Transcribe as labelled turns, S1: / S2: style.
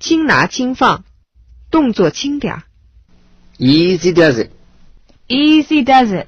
S1: 轻拿轻放，动作轻点儿。
S2: Easy does it.
S3: Easy does it.